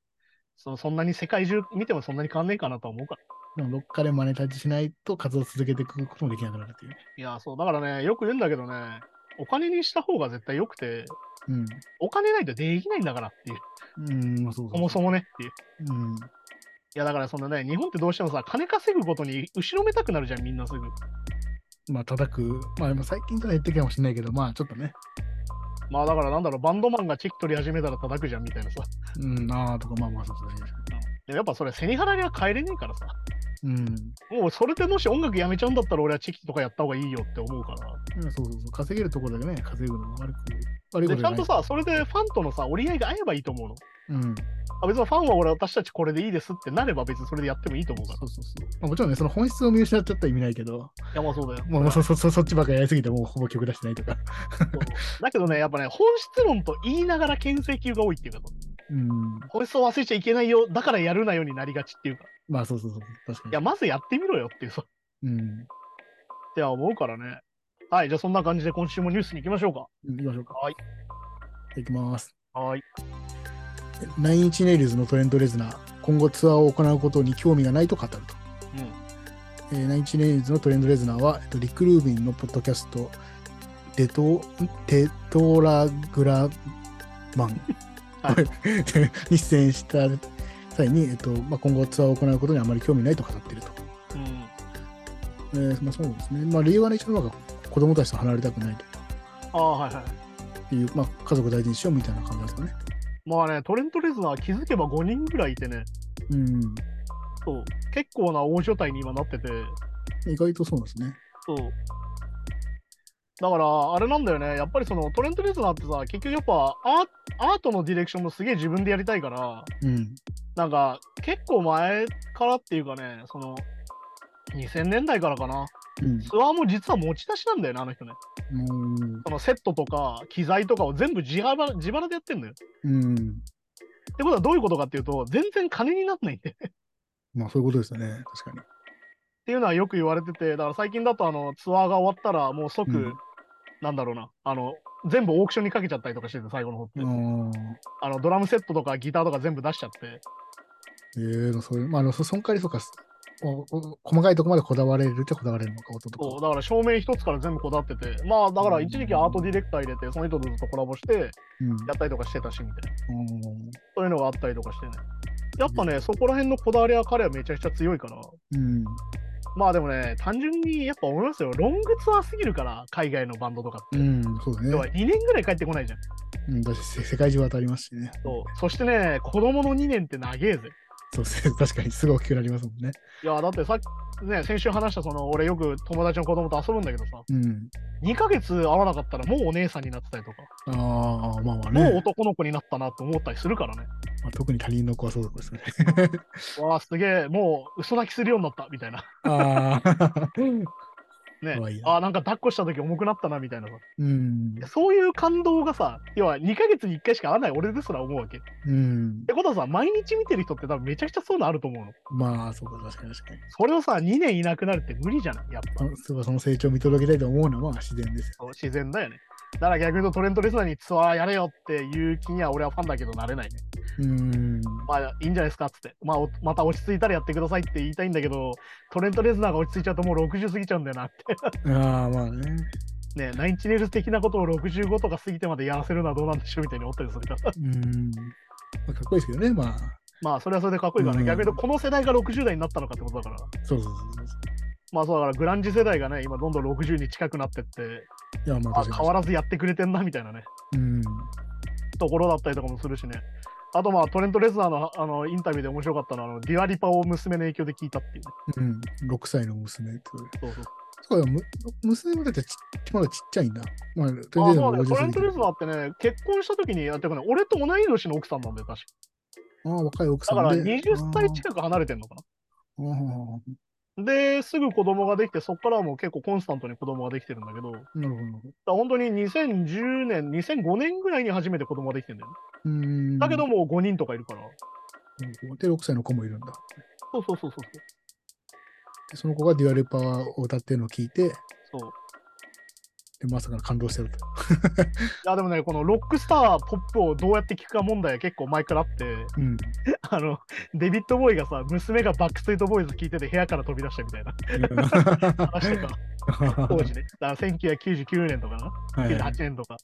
S2: そそんなに世界中見てもそんなに変わんねえかなとは思うから。
S3: でもどっかでマネタイズしないと活動を続けていくこともできなくなるっていうね。
S2: いや、そう、だからね、よく言うんだけどね、お金にした方が絶対良くて、
S3: うん。
S2: お金ないとできないんだからっていう、
S3: うん、まあそうそう。
S2: そもそ
S3: も。
S2: もねっていう。
S3: うん。
S2: いや、だからそのね、日本ってどうしてもさ、金稼ぐことに後ろめたくなるじゃん、みんなすぐ。
S3: まあ叩く、まあまあ最近とは言ってるかもしれないけど、まあちょっとね、
S2: まあだからなんだろう、バンドマンがチェキ取り始めたら叩くじゃんみたいなさ。
S3: うん、ああとか、まあまあそうそうそう。
S2: でもやっぱそれ、背に腹には変えれねえからさ。
S3: うん。
S2: もうそれでもし音楽やめちゃうんだったら俺はチェキとかやった方がいいよって思うから。
S3: うんそうそうそう。稼げるところだけね、稼ぐのは悪く、悪いこ
S2: で
S3: と
S2: ち
S3: じゃ
S2: ゃ
S3: なんい
S2: と、さ、それでファンとのさ、折り合いが合えばいいと思うの。
S3: うん。
S2: あ別にファンは俺、私たちこれでいいですってなれば別にそれでやってもいいと思うから。
S3: そうそうそう。まあ、もちろんね、その本質を見失っちゃったら意味ないけど、
S2: いや、まあそうだよ。
S3: もうもうそそそそっちばっかりやりすぎて、もうほぼ曲出してないとか。
S2: そうだけどね、やっぱね、本質論と言いながら牽制級が多いっていうか、
S3: <laughs> うん。
S2: 本質を忘れちゃいけないよ、だからやるなよになりがちっていうか、
S3: まあそうそうそう。確
S2: い
S3: かに。
S2: や、まずやってみろよっていう、そう
S3: うん。
S2: っては思うからね。はい、じゃあそんな感じで今週もニュースに行きましょうか。
S3: 行きましょうか。
S2: はい。
S3: いきます。
S2: はい。
S3: ナインイチネイルズのトレント・レズナー、今後ツアーを行うことに興味がないと語ると。えーナインチネイルズのトレンドレズナーは、えっと、リック・ルービンのポッドキャスト、デトデトラグラマ <laughs> ン
S2: は
S3: に出演した際に、えっとまあ、今後ツアーを行うことにあまり興味ないと語っていると。
S2: うん。うん。
S3: えーまあ、そうですね。まあ、理由はね、一番は子供たちと離れたくないと
S2: ああ、はいはい。
S3: っていう、まあ、家族大事にしようみたいな感じですかね。
S2: まあね、トレント・レズナーは気づけば5人ぐらいいてね、
S3: うん。
S2: そう、結構な大所帯に今なってて、
S3: 意外とそうなんですね。
S2: そう。だから、あれなんだよね、やっぱりそのトレント・レズナーってさ、結局やっぱアーアートのディレクションもすげえ自分でやりたいから、
S3: うん。
S2: なんか結構前からっていうかね、その2000年代からかな、ツアーも実は持ち出しなんだよね、あの人ね。
S3: うん。
S2: そのセットとか機材とかを全部自腹自腹でやってんだよ。って
S3: うん。
S2: ことはどういうことかっていうと、全然金になんないんで。
S3: まあ、そういうことですよね。確かに。
S2: っていうのはよく言われてて、だから最近だとあのツアーが終わったら、もう即、
S3: うん
S2: なんだろうな、あの、全部オークションにかけちゃったりとかしてて、最後の方って。
S3: ああ。
S2: あの、ドラムセットとかギターとか全部出しちゃって。
S3: ええそういう、まあ、あの、そそんかりそうか、すおお細かいとこまでこだわれるってこだわれるのか、音と
S2: そう
S3: か。
S2: だから照明一つから全部こだわってて、まあだから
S3: うん
S2: 一時期アートディレクター入れて、その人とずっとコラボして、
S3: うん。
S2: やったりとかしてたし、みたいな。
S3: うん
S2: そういうのがあったりとかしてね。やっぱね、そこら辺のこだわりは彼はめちゃくちゃ強いから。
S3: うん。
S2: まあでもね、単純にやっぱ思いますよ。ロングツアーすぎるから、海外のバンドとかって。
S3: うん、そうだ
S2: 要は
S3: ね。
S2: 2年ぐらい帰ってこないじゃん。
S3: うん、だし、せ世界中渡りますしね。
S2: そうそしてね、子供の2年って長えぜ。
S3: そう、 <laughs> せ確かにすごい大きくなりますもんね。
S2: いや、だってさっき、ね、先週話した、その、俺よく友達の子供と遊ぶんだけどさ、
S3: うん。
S2: 2ヶ月会わなかったらもうお姉さんになってたりとか、
S3: ああ、まあまあ
S2: もう
S3: ね。
S2: 男の子になったなと思ったりするからね。
S3: まあ、特に他人の子はそうですね。
S2: わあ、すげえ、もう嘘泣きするようになった、みたいな。
S3: ああ。
S2: ね
S3: かわいいな
S2: あーなんか抱っこした時重くなったな、みたいなさ。
S3: <laughs> うん。
S2: そういう感動がさ、要は2ヶ月に1回しか会わない俺ですら思うわけ。っ
S3: うん。
S2: てことはさ、毎日見てる人って多分めちゃくちゃそういうのあると思うの。
S3: まあ、そうか、確かに確かに。
S2: それをさ、2年いなくなるって無理じゃないやっぱ。
S3: あそうか、その成長を見届けたいと思うのはまあ自然ですよ。
S2: 自然だよね。だから逆に言うとトレント・レスナーにツアーやれよっていう気には俺はファンだけどなれないね。
S3: うん。
S2: まあいいんじゃないですかっつって、まあ、おまた落ち着いたらやってくださいって言いたいんだけど、トレント・レスナーが落ち着いちゃうともう60過ぎちゃうんだよなって。
S3: ああ、まあね。
S2: ねナインチネイルズ的なことを65とか過ぎてまでやらせるのはどうなんでしょうみたいに思ったりするから。 <laughs>
S3: うん。まあ、かっこいいですけどね、まあ。
S2: まあそれはそれでかっこいいからね。
S3: うん
S2: 逆に言うとこの世代が60代になったのかってことだから。
S3: そうそうそうそう。
S2: まあそうだからグランジ世代がね、今どんどん60に近くなってって、
S3: いや、まあ
S2: あ
S3: 確
S2: 変
S3: かに。
S2: わらずやってくれてんなみたいなね。
S3: うん。
S2: ところだったりとかもするしね。あとまあトレント・レズナーのあのインタビューで面白かったのはあのデュアリパを娘の影響で聞いたっていうね。
S3: うん、6歳の娘
S2: そ
S3: と。
S2: うそう
S3: そうだむ娘もだってちまだちっちゃいんだ。まあ、トレント
S2: あ
S3: レズナ
S2: そう
S3: ー
S2: ね
S3: も
S2: トレント・レ
S3: 50
S2: ズナーってね、結婚した時に、あてかね、俺と同い年の奥さんなんだよ、確か。
S3: ああ、若い奥さ
S2: だ
S3: ん
S2: か
S3: で。
S2: ら20歳
S3: い。
S2: 近く離れてんのか
S3: ああ
S2: な。で、すぐ子供ができて、そこからはもう結構コンスタントに子供ができてるんだけど、だか
S3: なるほど。
S2: ら本当に2010年、2005年ぐらいに初めて子供ができてんだよね。
S3: うん。
S2: だけどもう5人とかいるから。
S3: で、6歳の子もいるんだ。
S2: そうそうそうそうそう。
S3: でその子がデュアルパワーを歌ってるのを聞いて、で
S2: そう
S3: まさかの感動してると。
S2: いやでもね、このロックスターポップをどうやって聞くか問題は結構前からあって、 <laughs>
S3: うん。
S2: あの、デビッド・ボーイがさ、娘がバックストリート・ボーイズ聞いてて部屋から飛び出したみたいな話とか、
S3: <laughs>
S2: 当時ね。だから1999年とかな、
S3: はい
S2: 98年とか。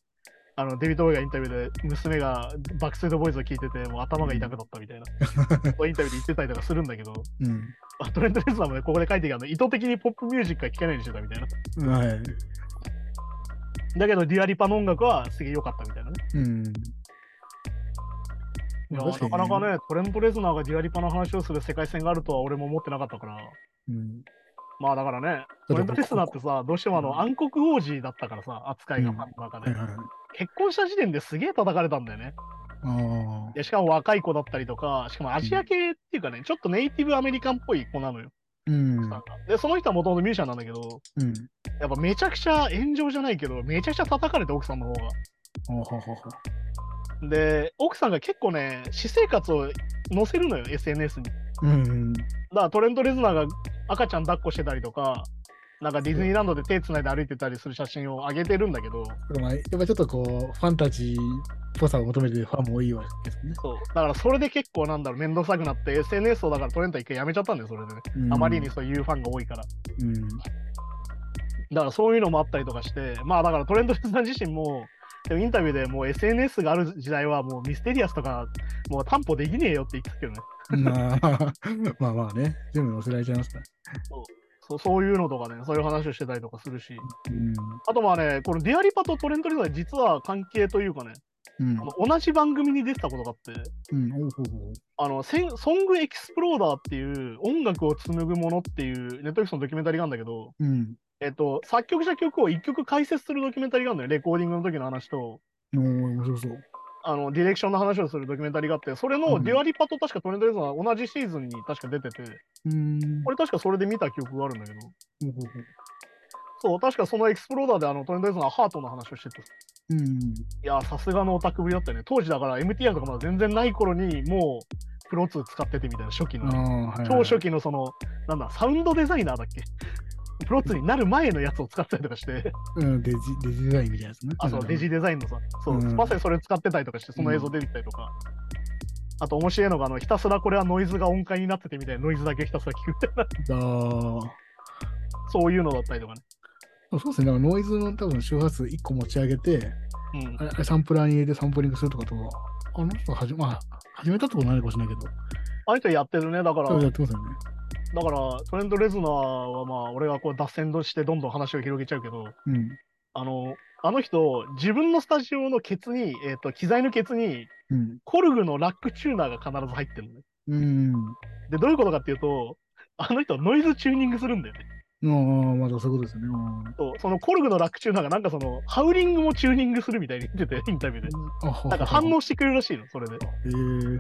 S2: あのデビッド・ボーイがインタビューで娘がバックストリート・ボーイズを聞いててもう頭が痛くなったみたいな、
S3: <laughs>
S2: そうインタビューで言ってたりとかするんだけど、
S3: うん。
S2: まあトレンド・レスナーもね、ここで書いてるあの意図的にポップミュージックは聴けないようにしてたみた
S3: <laughs>
S2: いな。
S3: はい。
S2: だけど、デュアリパの音楽はすげえ良かったみたいなね。
S3: うん。
S2: いやなかなか。ね、トレント・レズナーがデュアリパの話をする世界線があるとは俺も思ってなかったから。
S3: うん。
S2: まあだからね、
S3: だ
S2: ト
S3: から
S2: レント・レズナーってさ、どうしてもあ
S3: う
S2: の
S3: ん
S2: 暗黒王子だったからさ、扱いがファンの中
S3: はい
S2: で。
S3: はい。
S2: 結婚した時点ですげえ叩かれたんだよね。
S3: ああ。
S2: でしかも若い子だったりとか、しかもアジア系っていうかね、ちょっとネイティブアメリカンっぽい子なのよ。
S3: うん。
S2: さんがで、その人はもともとミュージシャンなんだけど、
S3: うん。
S2: やっぱめちゃくちゃ炎上じゃないけど、めちゃくちゃ叩かれて奥さんの方が。
S3: あははは。
S2: で、奥さんが結構ね、私生活を載せるのよ、SNS に。
S3: うん。
S2: だからトレント・レズナーが赤ちゃん抱っこしてたりとか、なんかディズニーランドで手つないで歩いてたりする写真を上げてるんだけど、
S3: まあ、やっぱちょっとこう、ファンタジーっぽさを求めてるファンも多いわけですね。
S2: そうだからそれで結構なんだろう、面倒くさくなって、SNS をだからトレントは一回やめちゃったんだよ、それでね。あまりに。そういうファンが多いから。
S3: うん。
S2: だからそういうのもあったりとかして、まあだからトレンドレズナー自身も、でもインタビューでもう SNS がある時代はもうミステリアスとかもう担保できねえよって言ってたけどね
S3: まあ、まあまあね。全部載せられちゃいますから。
S2: そうそういうのとかねそういう話をしてたりとかするし
S3: うん。
S2: あとまあねこのディアリパとトレンドレズナー実は関係というかね
S3: うん
S2: あ。の同じ番組に出てたことがあって
S3: うん。おうほうほう
S2: あのセンソングエキスプローダーっていう音楽を紡ぐものっていうネットフリックスのドキュメンタリーがあるんだけど、
S3: うん。
S2: えっと、作曲者曲を1曲解説するドキュメンタリーがあるのよレコーディングの時の話と
S3: おー面白そう。
S2: あのディレクションの話をするドキュメンタリーがあってそれ
S3: う
S2: の
S3: ん
S2: デュアリパと確かトレンドレズナー同じシーズンに確か出てて、
S3: うん。
S2: 俺確かそれで見た記憶があるんだけど
S3: ほうほうほ
S2: そう確かそのエキスプローダーであのトレンドレズナーハートの話をしてて
S3: ううん。
S2: いやさすがのオタクぶりだったよね当時だから MTR とかまだ全然ない頃にもうプロ2使っててみたいな初期の
S3: あ
S2: ね、
S3: あ、はい。
S2: 超初期のその、なんだ、サウンドデザイナーだっけプロツになる前のやつを使ったりとかして、
S3: うん、デジ、デジデザインみたいなやつね。
S2: あそうデジデザインのさ、そう、
S3: うん
S2: まさにそれ使ってたりとかして、その映像出てきたりとか、あと面白いのが、あの、ひたすらこれはノイズが音階になっててみたいなノイズだけひたすら聞くみたいな、
S3: あー
S2: <laughs> そういうのだったりとかね。
S3: そうですね、なんかノイズの多分周波数1個持ち上げて、
S2: うん
S3: あ、れあれサンプラーに入れてサンプリングするとかとか、あの人はじ、まあ、始めたってことないのかもしれないけど、
S2: あの人やってるね、だから、
S3: 多分や
S2: だ
S3: ってますよね。
S2: から、トレンド・レズナーは、まあ、俺がこう脱線してどんどん話を広げちゃうけど、
S3: うん。
S2: あの、あの人、自分のスタジオのケツに、えっ、と、機材のケツに、
S3: うん。
S2: コルグのラックチューナーが必ず入ってるのね。
S3: うん。
S2: で、どういうことかっていうと、あの人はノイズチューニングするんだよね。
S3: ああ、まだそういうことですよね。
S2: そうそのコルグのラックチューナーがなんかその、ハウリングもチューニングするみたいに言ってて、インタビューで。
S3: あは
S2: なんか反。応してくれるらしいの、それで。
S3: ええー。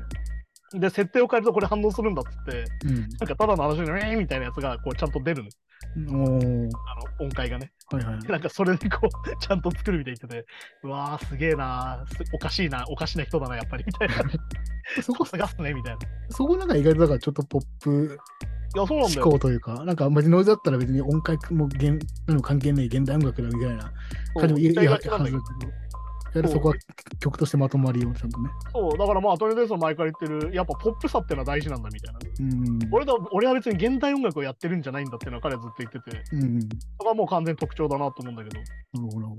S2: で、設定を変えるとこれ反応するんだっつって、
S3: うん
S2: なんかただの話で、えーみたいなやつがこうちゃんと出るの。。
S3: おー
S2: あの音階がね。
S3: はいはい。
S2: なんかそれでこう、ちゃんと作るみたいに言ってて、うわー、すげえなーすおかしいな、おかしな人だな、やっぱり、みたいな。
S3: そこ
S2: さ、すがっすね、みたいな。い
S3: そこなんか意外とだからちょっとポップ
S2: や、そうなんだ
S3: 思
S2: よ。
S3: 考というか、なんか別にノイズだったら別に音階も弦なんか関係ない現代音楽だみたいな感じもいい
S2: そう
S3: やは
S2: 歌い
S3: ず
S2: がちなん
S3: だ
S2: だけ
S3: け
S2: ど
S3: ど、やはりそこは曲としてまとまりをちゃんとね。
S2: そう、だからまあ、トレンドレスの前から言ってる、やっぱポップさってのは大事なんだ、みたいな。
S3: うん。
S2: 俺だ俺は別に現代音楽をやってるんじゃないんだっていうのは彼はずっと言ってて、
S3: うんうん。な
S2: それはもう完全に特徴だなと思うんだけど、
S3: るほど、なるほ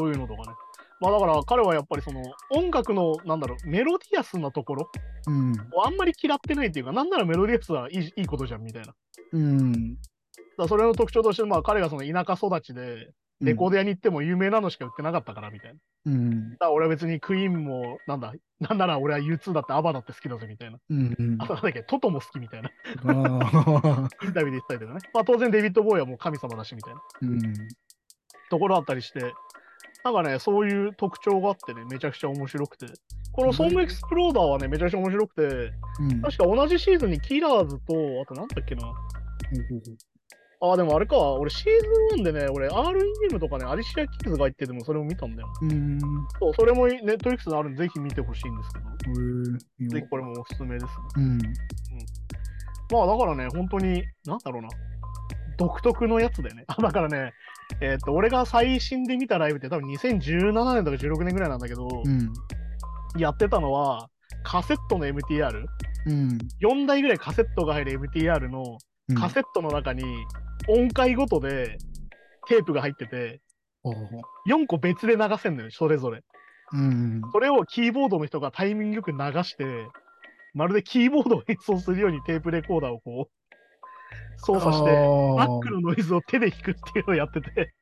S3: ど。
S2: そういうのとかね。まあだから彼はやっぱりその音楽のなんだろうメロディアスなところ
S3: うん。
S2: をあんまり嫌ってないっていうか、なんならメロディアスはいいいいことじゃんみたいな。だか
S3: うん。
S2: らそれの特徴として、まあ彼がその田舎育ちで、レコード屋に行っても有名なのしか売ってなかったからみたいな。だ
S3: うん。
S2: から俺は別にクイーンも、なんだ、なんなら俺は U2 だってアバだって好きだぜみたいな。
S3: うん。うん
S2: あとなんだっけ、トトも好きみたいな。インタビュー
S3: ああ。
S2: で言ってたりとかね。まあ当然デビッド・ボーイはもう神様だしみたいな
S3: うん。
S2: ところあったりして、なんかね、そういう特徴があってね、めちゃくちゃ面白くて。このソングエクスプローダーはね、めちゃくちゃ面白くて、
S3: うん。
S2: 確か同じシーズンにキラーズと、あとなんだっけな。ああ、でもあれか、俺シーズン1でね、俺 REM とかね、アリシア・キーズが入っててもそれも見たんだよ。
S3: うん。
S2: そう、それもネットリックスのあるんで、ぜひ見てほしいんですけど、
S3: うん
S2: ぜひこれもおすすめですね。
S3: うん。
S2: まあだからね、本当に、なんだろうな、独特のやつだよね。 <laughs> あだからね、えっと、俺が最新で見たライブって多分2017年とか16年ぐらいなんだけど、
S3: うん。
S2: やってたのは、カセットの MTR、
S3: うん。
S2: 4台ぐらいカセットが入る MTR の
S3: うん
S2: カセットの中に音階ごとでテープが入ってて、
S3: ほう
S2: 4個別で流せんのよ、それぞれ。
S3: うん。
S2: それをキーボードの人がタイミングよく流して、まるでキーボードを演奏するようにテープレコーダーをこう操作して、バックのノイズを手で弾くっていうのをやってて、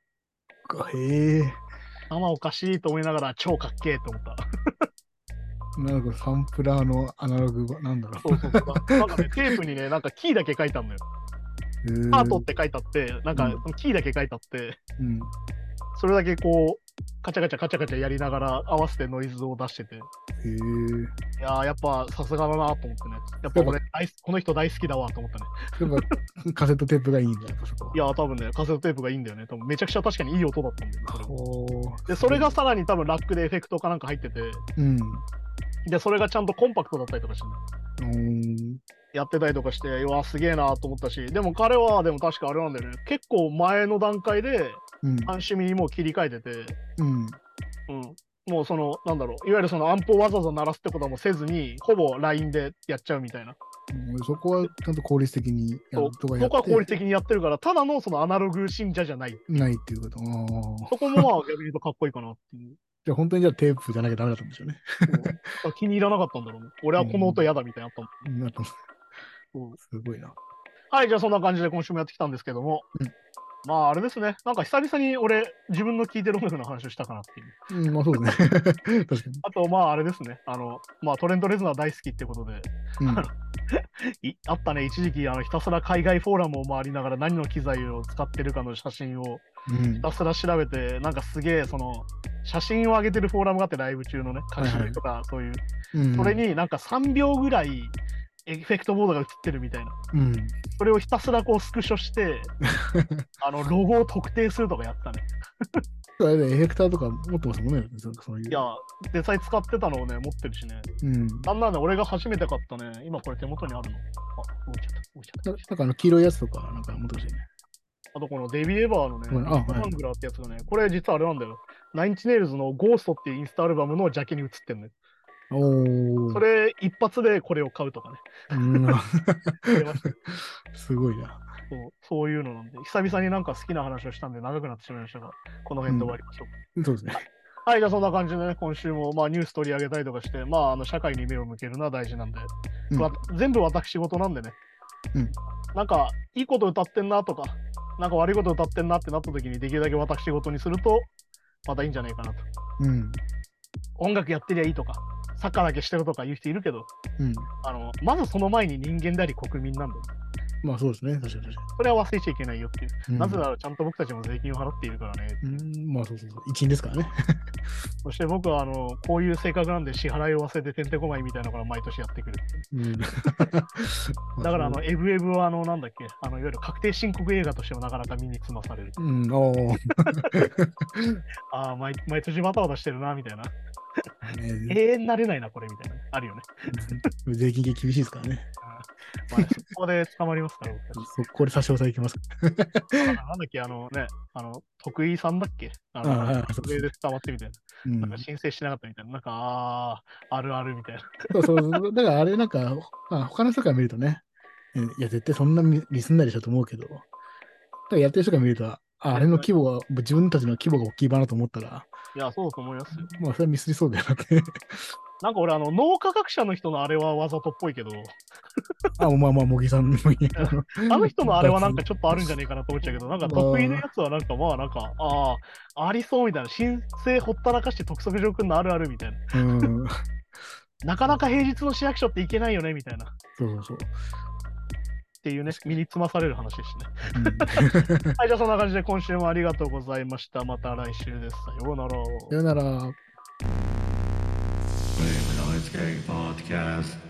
S3: あーへえ。
S2: 頭おかしいと思いながら超かっけえと思った。
S3: なんかサンプラーのアナログは、なんだろ
S2: そうそうそう <laughs> なんかね、テープにね、なんかキーだけ書いてあるのよ。
S3: う。へえ
S2: ハートって書いてあって、なん
S3: う
S2: か
S3: ん
S2: そのキーだけ書いてあって、
S3: うん。
S2: それだけこう、カチャカチャカチャカチャやりながら合わせてノイズを出してて、い
S3: へえ。
S2: やーやっぱさすがだなと思ってね、やっぱ俺大好きこの人大好きだわと思ったね。
S3: やっぱカセットテープがいいんだ、やっぱそこは。
S2: いやー多分ね、カセットテープがいいんだよね。多分めちゃくちゃ確かにいい音だったんだよね、それは
S3: ほう。
S2: で、それがさらに多分ラックでエフェクトかなんか入ってて、
S3: うん。
S2: で、それがちゃんとコンパクトだったりとかしてね、
S3: うん。
S2: やってたりとかして、うわ、すげえなと思ったし、でも彼は、でも確かあれなんだよね、結構前の段階で、
S3: うん。
S2: アンシミにもう切り替えてて、
S3: うん。
S2: うん、もうその、なんだろう、いわゆるそのアンプをわざわざ鳴らすってことはもうせずに、ほぼ LINE でやっちゃうみたいな。
S3: うんそこはちゃんと効率的にや
S2: そう
S3: ると
S2: そ
S3: かやっ
S2: こは効率
S3: て
S2: 的にやってるから、ただのそのアナログ信者じゃない。
S3: ないっていうこと。あー
S2: そこもまあ逆に言うとかっこいいかなっていう。
S3: じゃあ本当にじゃあテープじゃなきゃダメだったんで <laughs> しょうね。
S2: そう気に入らなかったんだろうね。俺はこの音嫌だみたいなのあったもん
S3: うんなんか
S2: うん
S3: すごいな。
S2: はい、じゃあそんな感じで今週もやってきたんですけども、
S3: うん
S2: まああれですね、なんか久々に俺、自分の聴いてる音楽の話をしたかなっていう。
S3: うん、まあそうですね。 <laughs> 確か
S2: あと、まああれですね、あの、まあトレンド・レズナー大好きってことで、
S3: に。うん。
S2: いあったね、一時期あのひたすら海外フォーラムを回りながら何の機材を使ってるかの写真を
S3: うん
S2: ひたすら調べて、なんかすげえ、その、写真を上げてるフォーラムがあって、ライブ中のね、
S3: いはい
S2: 各種類とか、そういう、
S3: う
S2: <laughs>
S3: ん。
S2: それになんか3秒ぐらいエフェクトボードが映ってるみたいな。
S3: うん。
S2: それをひたすらこうスクショ
S3: <laughs>
S2: して、あのロゴを特定するとかやったね。
S3: あれねエフェクターとか持ってますもんね。そうそういう。
S2: いや、デザイン使ってたのをね、持ってるしね。
S3: うん。
S2: なんなんで俺が初めて買ったね、今これ手元にあるの。あ、置いちゃった、置いちゃった
S3: ななん。かあの黄色いやつとか、なんか持ってましたよね。
S2: あとこのデビー・エヴァーのね、
S3: うんあはい
S2: ハングラーってやつがね、これ実はあれなんだよ。ナインチネイルズのゴーストっていうインスタアルバムのジャケに映ってんのよ。
S3: おお。
S2: それ一発でこれを買うとかね。
S3: うん。 <laughs>
S2: 買いました
S3: すごいな。
S2: そうそういうのなんで、久々になんか好きな話をしたんで長くなってしまいましたが、この辺で終わりましょう。
S3: そうですね。
S2: はい、じゃあそんな感じでね、今週もまあニュース取り上げたりとかして、まああの社会に目を向けるのは大事なんで、
S3: うん
S2: わ全部私事なんでね、
S3: うん
S2: なんかいいこと歌ってんなとか、なんか悪いこと歌ってんなってなった時にできるだけ私事にすると、またいいんじゃないかなと。
S3: うん。
S2: 音楽やってりゃいいとか、サッカーだけしてるとか言う人いるけど、
S3: うん。
S2: あのまずその前に人間であり国民なんだよ。
S3: まあそうですね。確かに確か
S2: それは忘れちゃいけないよっていう。
S3: に。うん
S2: なぜならちゃんと僕たちも税金を払っているからね。
S3: うん、まあそうそうそう。一員ですからね。
S2: そして僕はあのこういう性格なんで支払いを忘れててんてこまいみたいなのから毎年やってくるっていう。
S3: うん。 <laughs> だ
S2: だから、あの、エブエブは、あの、なんだっけ、あの、いわゆる確定申告映画としてもなかなか身につまされる。
S3: うん、おお、ね
S2: ああ、毎毎年バタバタしてるな、みたいな。永遠なれないな、これ、みたいな。あるよね。
S3: 税金系厳しいですからね。
S2: ま
S3: <laughs>
S2: あね、そこで捕まりますから、僕たち
S3: そこで差し押さえいきます。
S2: だからなんだっけ、あのね、あの、徳井さんだっけあ
S3: あはい
S2: の
S3: は、いそう
S2: 上で捕まってみたい
S3: うん
S2: な。なんか申請しなかったみたいな。なんか、ああ、あるあるみたいな。
S3: そうそうそう。だからあれなんか、まあ、他の人から見るとね、えいや、絶対そんなにミスんないでしょと思うけど、だからやってる人から見ると、ああれの規模が、自分たちの規模が大きい場なと思ったら、
S2: いや、そうだと思いますよ。
S3: まあそれはミスりそうだよなって。
S2: なんか俺、あの、脳科学者の人のあれはわざとっぽいけど、
S3: あ、まあまあ、茂木さんのもいいね。
S2: あの人のあれはなんかちょっとあるんじゃねえかなと思っちゃうけど、なんか得意なやつはなんかまあなんか、ああ、ありそうみたいな、申請ほったらかして特策上くんのあるあるみたいな。
S3: うん。
S2: なかなか平日の市役所って行けないよねみたいな。っ
S3: そうそうそう。
S2: ていうね、身につまされる話でしたね。
S3: うん、さ
S2: はい、じゃあそんな感じで今週もありがとうございました。また来週です。さようなら。
S3: よなら。
S1: Wave Noise Gang Podcast.